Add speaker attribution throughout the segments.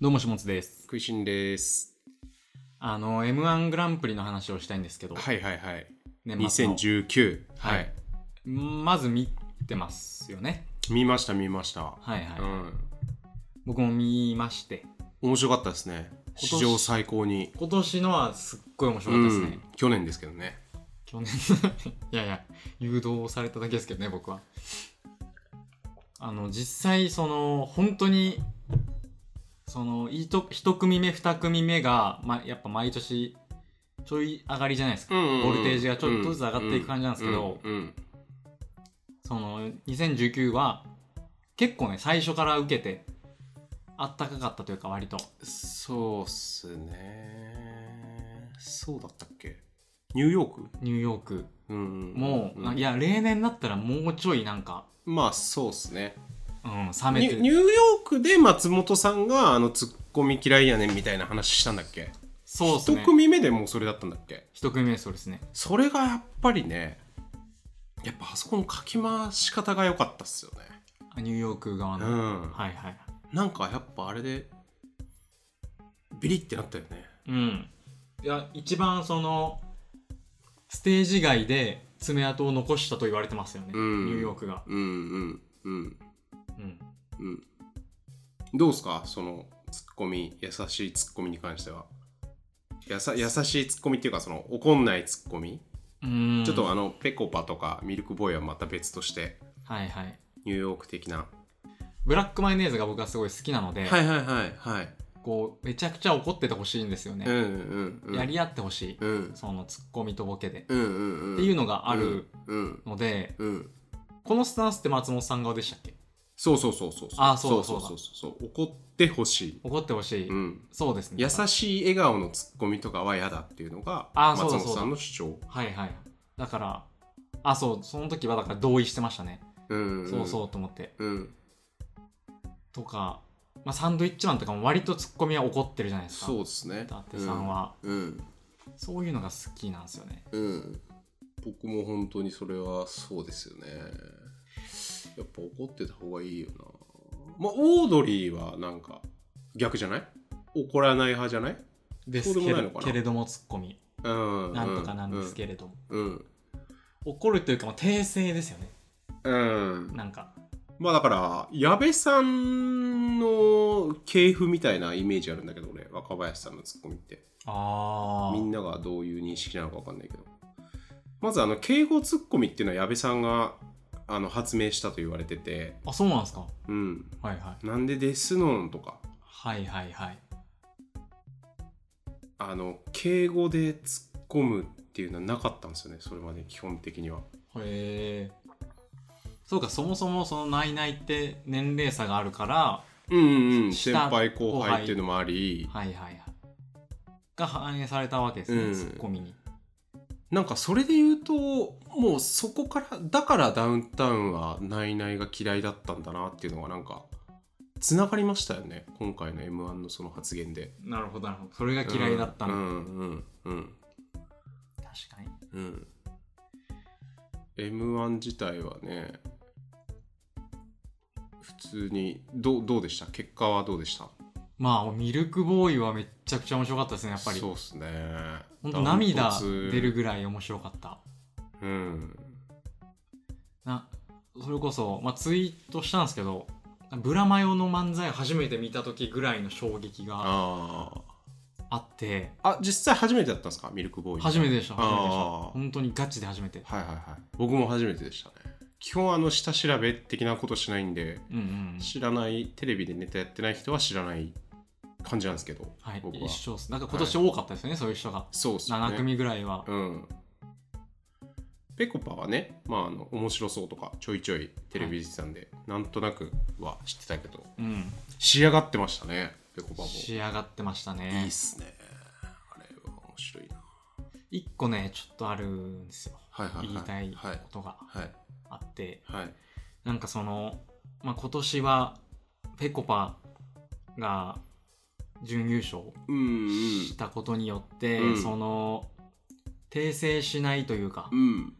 Speaker 1: どうもしもつです。
Speaker 2: 食いしんです。
Speaker 1: あの、M1 グランプリの話をしたいんですけど、
Speaker 2: はいはいはい。
Speaker 1: 年末の
Speaker 2: 2019。
Speaker 1: は
Speaker 2: はいい。
Speaker 1: まず見てますよね。
Speaker 2: 見ました見ました。
Speaker 1: はいはい。
Speaker 2: うん。
Speaker 1: 僕も見まして。
Speaker 2: 面白かったですね。
Speaker 1: 年
Speaker 2: 史上最高に。
Speaker 1: 今年のはすっごい面白
Speaker 2: う
Speaker 1: かったですね
Speaker 2: ん。。去年ですけどね。
Speaker 1: 去年 いやいや、誘導されただけですけどね、僕は。あの、実際、その、本当に、その、いと一組目、二組目が、ま、やっぱ毎年、ちょい上がりじゃないですか。ボルテージがちょっとずつ上がっていく感じなんですけど、
Speaker 2: うんうん
Speaker 1: その2019は結構ね最初から受けてあったかかったというか割と
Speaker 2: そうっすね。そうだったっけニューヨーク
Speaker 1: ニューヨーク
Speaker 2: うんん
Speaker 1: もう、
Speaker 2: ん
Speaker 1: いや例年だったらもうちょいなんか、
Speaker 2: まあそうっすね。
Speaker 1: うん、冷め
Speaker 2: ニ
Speaker 1: て
Speaker 2: ュニューヨークで松本さんがあのツッコミ嫌いやねんみたいな話したんだっけ
Speaker 1: そうです
Speaker 2: 一
Speaker 1: ね
Speaker 2: 組目でもうそれだったんだっけ
Speaker 1: 一組目ですそうですね
Speaker 2: それがやっぱりねやっぱあそこのかき回し方が良かったっすよね
Speaker 1: あニューヨーク側
Speaker 2: う
Speaker 1: の、
Speaker 2: ん
Speaker 1: はいはい
Speaker 2: なんかやっぱあれでビリってなったよね
Speaker 1: うんいや一番そのステージ外で爪痕を残したと言われてますよね、
Speaker 2: うん
Speaker 1: ニューヨークが、
Speaker 2: うんうんうん
Speaker 1: うん、
Speaker 2: うんどうっすかそのツッコミ優しいツッコミに関してはやさ優しいツッコミっていうかその怒んないツッコミ、
Speaker 1: うん
Speaker 2: ちょっとあのペコパとかミルクボーイはまた別として
Speaker 1: はいはい
Speaker 2: ニューヨーク的な
Speaker 1: ブラックマヨネーズが僕はすごい好きなので、
Speaker 2: はいはいはいはい
Speaker 1: こうめちゃくちゃ怒っててほしいんですよね、
Speaker 2: うんうんうん
Speaker 1: やり合ってほしい、
Speaker 2: うん
Speaker 1: そのツッコミとボケで、っ
Speaker 2: うんうんうん
Speaker 1: ていうのがある
Speaker 2: うん
Speaker 1: ので、
Speaker 2: うん
Speaker 1: このスタンスって松本さん側でしたっけ
Speaker 2: そうそうそうそう
Speaker 1: あそうだ
Speaker 2: そう
Speaker 1: そ
Speaker 2: そううそうそう怒ってほしい、
Speaker 1: 怒ってほしい、
Speaker 2: うん、
Speaker 1: そうですね
Speaker 2: 優しい笑顔のツッコミとかは嫌だっていうのが
Speaker 1: あ
Speaker 2: 松
Speaker 1: そうだ
Speaker 2: 本さんの主張
Speaker 1: はいはいだからあそうその時はだから同意してましたね、
Speaker 2: うん
Speaker 1: そうそうと思って
Speaker 2: うんうん
Speaker 1: とか、まあ、サンドイッチマンとかも割とツッコミは怒ってるじゃないですか
Speaker 2: そうですね
Speaker 1: 伊達さんは、
Speaker 2: うん
Speaker 1: そういうのが好きなんですよね
Speaker 2: うん、うん、僕も本当にそれはそうですよねやっぱ怒ってた方がいいよなまあオードリーはなんか逆じゃない怒らない派じゃない
Speaker 1: です
Speaker 2: そうで
Speaker 1: け
Speaker 2: もない
Speaker 1: れ
Speaker 2: のかな
Speaker 1: けれどもツッコミ
Speaker 2: うん
Speaker 1: なんとかなんですけれども、
Speaker 2: うん
Speaker 1: 怒るというかもう訂正ですよね
Speaker 2: うん
Speaker 1: なんか
Speaker 2: まあだから矢部さんの系譜みたいなイメージあるんだけど俺若林さんのツッコミって
Speaker 1: あ
Speaker 2: みんながどういう認識なのか分かんないけどまずあの敬語ツッコミっていうのは矢部さんがあの発明したと言われてて
Speaker 1: あそうなんですか
Speaker 2: うん
Speaker 1: はいはい
Speaker 2: なんでですのんとか
Speaker 1: はいはいはい
Speaker 2: あの敬語で突っ込むっていうのはなかったんですよねそれまで基本的には
Speaker 1: へえそうかそもそもそのナイナイって年齢差があるから
Speaker 2: うんうんうん
Speaker 1: 下
Speaker 2: 先輩後輩っていうのもあり
Speaker 1: はいはいはいが反映されたわけですね、
Speaker 2: うん
Speaker 1: ツッコミに
Speaker 2: なんかそれで言うともうそこからだからダウンタウンはナイナイが嫌いだったんだなっていうのがなんかつながりましたよね今回の m 1のその発言で
Speaker 1: なるほどなるほどそれが嫌いだった
Speaker 2: うん
Speaker 1: の、
Speaker 2: うんうん
Speaker 1: 確かに
Speaker 2: うん m 1自体はね普通にどうどうでした結果はどうでしたやっ
Speaker 1: まあミルクボーイはめっちゃくちゃ面白かったですねやっぱり
Speaker 2: そうっすね
Speaker 1: 本当涙
Speaker 2: ダントツ
Speaker 1: 出るぐらい面白かった
Speaker 2: うん
Speaker 1: なそれこそ、まあ、ツイートしたんですけどブラマヨの漫才初めて見た時ぐらいの衝撃が
Speaker 2: あー
Speaker 1: あって
Speaker 2: あ実際初めてだったんですかミルクボーイ
Speaker 1: 初めてでした初めてでした
Speaker 2: あー
Speaker 1: 本当にガチで初めて
Speaker 2: はいはいはい僕も初めてでしたね基本あの下調べ的なことしないんで、
Speaker 1: うんうんうん
Speaker 2: 知らないテレビでネタやってない人は知らない感じなんですけど、
Speaker 1: はい
Speaker 2: 僕は
Speaker 1: 一緒っすなんか今年多かったですよね、そういう人が
Speaker 2: そうっすね
Speaker 1: 7組ぐらいは、
Speaker 2: うんぺこぱはねまああの面白そうとかちょいちょいテレビ出てたんで、なんとなくは知ってたけど
Speaker 1: うん、
Speaker 2: 仕上がってましたねぺこぱも
Speaker 1: 仕上がってました
Speaker 2: いい
Speaker 1: ね
Speaker 2: っすねあれは面白いな
Speaker 1: 一個ねちょっとあるんですよ
Speaker 2: はいはいはい
Speaker 1: 言いたいこ
Speaker 2: はい
Speaker 1: とが
Speaker 2: はい
Speaker 1: あって
Speaker 2: はい
Speaker 1: なんかその、まあ、今年はぺこぱが準優勝
Speaker 2: うんうん
Speaker 1: したことによって、
Speaker 2: うん
Speaker 1: その訂正しないというか
Speaker 2: うん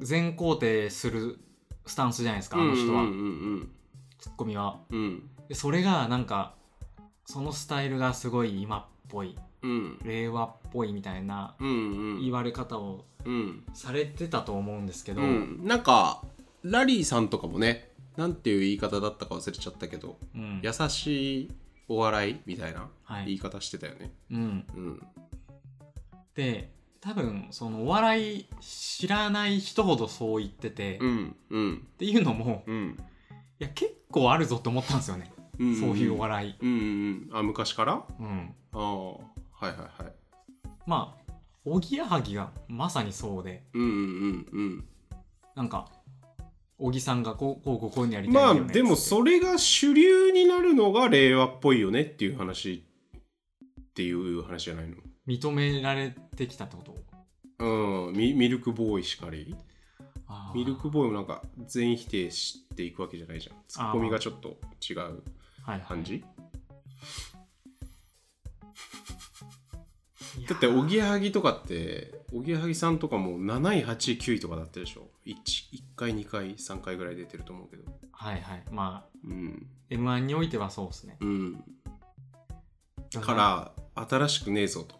Speaker 1: 全肯定するスタンスじゃないですかあの人は、
Speaker 2: うんうんうん
Speaker 1: ツッコミは
Speaker 2: うんうん
Speaker 1: でそれがなんかそのスタイルがすごい今っぽい
Speaker 2: うん
Speaker 1: 令和っぽいみたいな
Speaker 2: うん
Speaker 1: 言われ方を
Speaker 2: うん
Speaker 1: されてたと思うんですけ
Speaker 2: う
Speaker 1: ど、
Speaker 2: んなんかラリーさんとかもねなんていう言い方だったか忘れちゃったけど
Speaker 1: うん
Speaker 2: 優しいお笑いみたいな
Speaker 1: は
Speaker 2: 言
Speaker 1: い
Speaker 2: い方してたよね、
Speaker 1: うん、
Speaker 2: うん
Speaker 1: で多分そのお笑い知らない人ほどそう言ってて、っ
Speaker 2: うんうん
Speaker 1: ていうのも
Speaker 2: うん
Speaker 1: いや結構あるぞと思ったんですよね、
Speaker 2: うん
Speaker 1: そういうお
Speaker 2: 笑
Speaker 1: 笑い、
Speaker 2: いうんうんあ昔からあ
Speaker 1: うん、
Speaker 2: あはいはいはい
Speaker 1: まあおぎやはぎがまさにそうで
Speaker 2: うんうんうん
Speaker 1: なんか小木さんがこうこうこうこういうのやり
Speaker 2: う
Speaker 1: た
Speaker 2: ん
Speaker 1: いんだ
Speaker 2: ま
Speaker 1: よ
Speaker 2: あ
Speaker 1: ね
Speaker 2: でも
Speaker 1: つって
Speaker 2: それが主流になるのが令和っぽいよねっていう話っていう話じゃないの
Speaker 1: 認められてきたってこと
Speaker 2: うんミミルクボーイしかり
Speaker 1: あー
Speaker 2: ミルクボーイもなんか全否定していくわけじゃないじゃんツッコミがちょっと違う
Speaker 1: はいはい
Speaker 2: 感じ
Speaker 1: いやー
Speaker 2: だっておぎやはぎとかっておぎやはぎさんとかも7位8位9位とかだったでしょ 1, 1回2回3回ぐらい出てると思うけど
Speaker 1: はいはいまあ
Speaker 2: うん、
Speaker 1: m 1においてはそうですね
Speaker 2: うん、から新しくねえぞと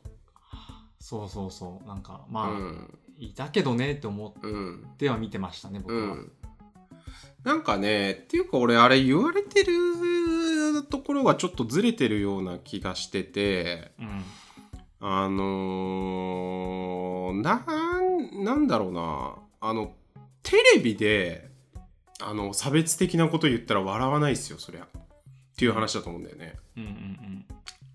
Speaker 1: そうそうそうなんかまあ、
Speaker 2: うん
Speaker 1: いたけどねって思
Speaker 2: うん
Speaker 1: っては見てましたね僕
Speaker 2: う
Speaker 1: は、
Speaker 2: んなんかねっていうか俺あれ言われてるところがちょっとずれてるような気がしてて
Speaker 1: うん
Speaker 2: あのー、なんなんだろうなあのテレビであの差別的なこと言ったら笑わないですよそりゃっていう話だと思うんだよね。
Speaker 1: うんうん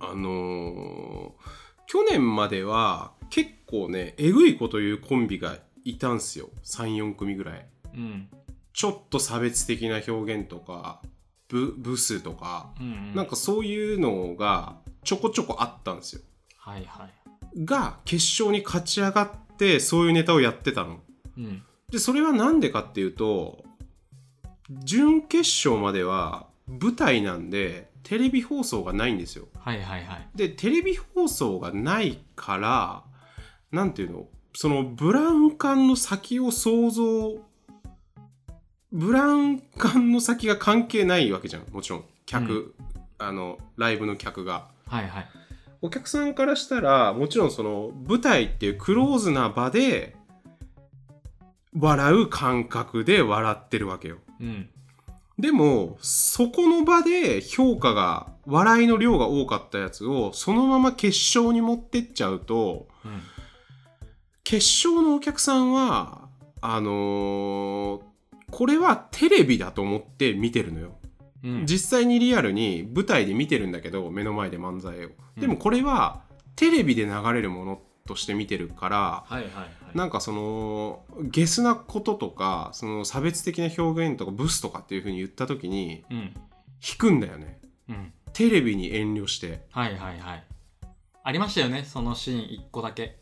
Speaker 2: あのー去年までは結構ねえぐいこと言うコンビがいたんすよ34組ぐらい。
Speaker 1: うんうん
Speaker 2: ちょっと差別的な表現とかブブスとか
Speaker 1: うんうん
Speaker 2: なんかそういうのがちょこちょこあったんですよ。
Speaker 1: はいはい
Speaker 2: が決勝に勝ち上がってそういうネタをやってたの。
Speaker 1: うん
Speaker 2: でそれはなんでかっていうと準決勝までは舞台なんでテレビ放送がないんですよ。
Speaker 1: はいはいはい
Speaker 2: でテレビ放送がないからなんていうのそのブラウン管の先を想像ブラウン管の先が関係ないわけじゃんもちろん客、あのライブの客が。
Speaker 1: はいはい
Speaker 2: お客さんからしたらもちろんその舞台っていうクローズな場で笑う感覚で笑ってるわけよ。
Speaker 1: うん
Speaker 2: でもそこの場で評価が笑いの量が多かったやつをそのまま決勝に持ってっちゃうと
Speaker 1: うん
Speaker 2: 決勝のお客さんはあのーこれはテレビだと思って見てるのよ。
Speaker 1: うん
Speaker 2: 実際にリアルに舞台で見てるんだけど目の前で漫才を
Speaker 1: うん
Speaker 2: でもこれはテレビで流れるものとして見てるから
Speaker 1: はいはいはい
Speaker 2: なんかそのゲスなこととかその差別的な表現とかブスとかっていう風に言った時に
Speaker 1: うん
Speaker 2: 引くんだよね
Speaker 1: うん
Speaker 2: テレビに遠慮して
Speaker 1: はいはいはいありましたよねそのシーン一個だけ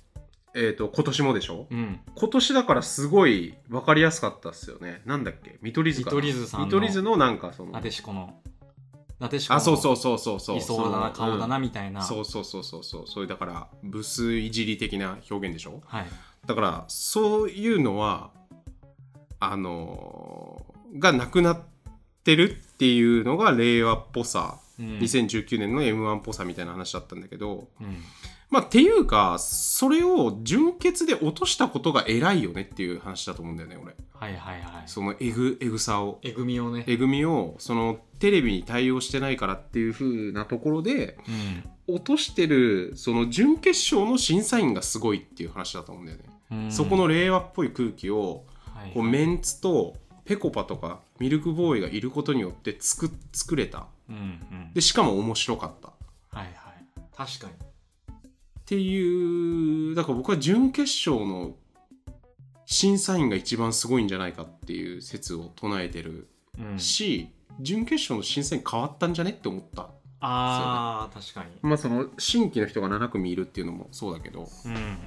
Speaker 2: えっ、と今年もでしょ
Speaker 1: うん
Speaker 2: 今年だからすごい分かりやすかったっすよねなんだっけ見取り図かな
Speaker 1: 見取り図さんの
Speaker 2: 見取り図のなんかその
Speaker 1: なでしこのなでしこの
Speaker 2: あそうそうそうそうそう
Speaker 1: いそうだな
Speaker 2: その
Speaker 1: 顔だなみたい
Speaker 2: うん
Speaker 1: な、
Speaker 2: そうそうそうそうそうそういうだからブスいじり的な表現でしょ
Speaker 1: はい
Speaker 2: だからそういうのはあのーがなくなってるっていうのが令和っぽさ、
Speaker 1: うん
Speaker 2: 2019年の m 1っぽさみたいな話だったんだけど
Speaker 1: うん
Speaker 2: まあっていうかそれを純潔で落としたことが偉いよねっていう話だと思うんだよね俺
Speaker 1: はいはいはい
Speaker 2: そのえぐえぐさを
Speaker 1: えぐみをね
Speaker 2: えぐみをそのテレビに対応してないからっていう風なところで落としてるその準決勝の審査員がすごいっていう話だと思うんだよね、
Speaker 1: うんうん
Speaker 2: そこの令和っぽい空気を
Speaker 1: はい
Speaker 2: こうメンツとペコパとかミルクボーイがいることによって作作れた
Speaker 1: うんうん
Speaker 2: でしかも面白かったっ
Speaker 1: はいはい確かに
Speaker 2: ていうだから僕は準決勝の審査員が一番すごいんじゃないかっていう説を唱えてる
Speaker 1: うん、
Speaker 2: し、準決勝の審査員変わったんじゃねって思った
Speaker 1: あー、確か
Speaker 2: まあその新規の人が7組いるっていうのもそうだけど
Speaker 1: にうん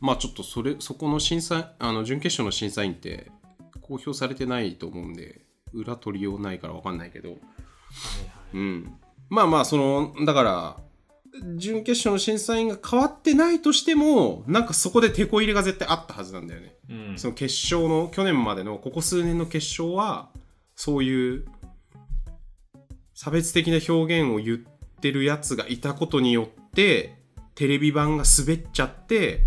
Speaker 2: まあちょっとそれそこの審査あの準決勝の審査員って公表されてないと思うんで裏取りようないから分かんないけど
Speaker 1: はいは
Speaker 2: う
Speaker 1: い
Speaker 2: んまあまあそのだから準決勝の審査員が変わってないとしてもなんかそこで手こ入れが絶対あったはずなんだよね、
Speaker 1: うん
Speaker 2: その決勝の去年までのここ数年の決勝はそういう差別的な表現を言ってるやつがいたことによってテレビ版が滑っちゃって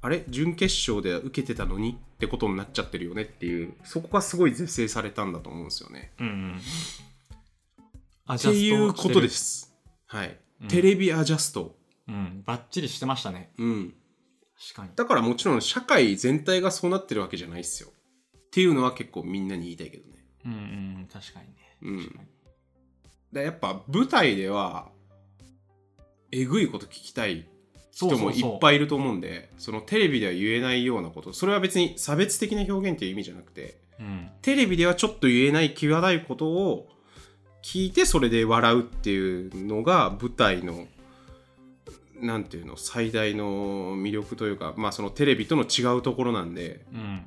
Speaker 2: あれ準決勝では受けてたのにってことになっちゃってるよねっていうそこがすごい是正されたんだと思うんですよね。
Speaker 1: うんうん。ア
Speaker 2: っていう
Speaker 1: して
Speaker 2: こ
Speaker 1: る
Speaker 2: とで。す。はい、
Speaker 1: うん
Speaker 2: テレビアジャスト。
Speaker 1: うん。バッチリしてましたね。
Speaker 2: うん。
Speaker 1: 確かに。
Speaker 2: だからもちろん社会全体がそうなってるわけじゃないっすよ。っていうのは結構みんなに言いたいけどね。
Speaker 1: うんうん。確かにね。
Speaker 2: うん
Speaker 1: 確かに
Speaker 2: でやっぱ舞台ではえぐいこと聞きたい
Speaker 1: そう
Speaker 2: 人
Speaker 1: そ
Speaker 2: も
Speaker 1: う
Speaker 2: い
Speaker 1: そう
Speaker 2: っぱいいると思うんでそのテレビでは言えないようなことそれは別に差別的な表現っていう意味じゃなくて
Speaker 1: うん。
Speaker 2: テレビではちょっと言えない際どいことを聞いてそれで笑うっていうのが舞台のなんていうの最大の魅力というかまあそのテレビとの違うところなんで
Speaker 1: うん。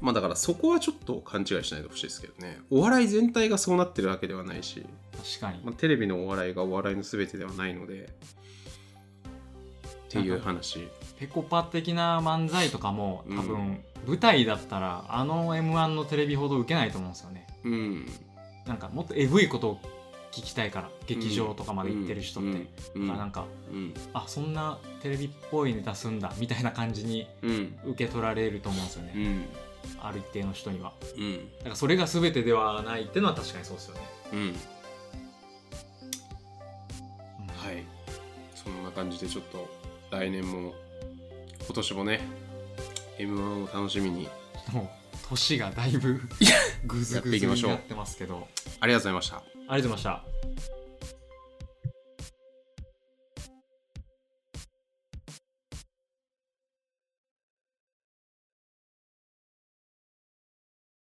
Speaker 2: まあだからそこはちょっと勘違いしないでほしいですけどねお笑い全体がそうなってるわけではないし
Speaker 1: 確かに。
Speaker 2: まあ、テレビのお笑いがお笑いの全てではないのでっていう話
Speaker 1: ペコパ的な漫才とかも多
Speaker 2: う
Speaker 1: 分舞台だったらあの m 1のテレビほど受けないと思うんですよね
Speaker 2: うん
Speaker 1: なんかもっとえぐいことを聞きたいから劇場とかまで行ってる人って、
Speaker 2: うん
Speaker 1: だからなんか
Speaker 2: うん
Speaker 1: あそんなテレビっぽいネタすんだみたいな感じに
Speaker 2: うん
Speaker 1: 受け取られると思うんですよ
Speaker 2: う
Speaker 1: ね、
Speaker 2: ん
Speaker 1: ある一定の人には
Speaker 2: うん
Speaker 1: だからそれが全てではないっていうのは確かにそうですよね、
Speaker 2: うん
Speaker 1: うん
Speaker 2: はいそんな感じでちょっと来年も今年もね m 1を楽しみに
Speaker 1: もう年がだいぶぐずぐずになってますけど
Speaker 2: ありがとうございました
Speaker 1: ありがとうございました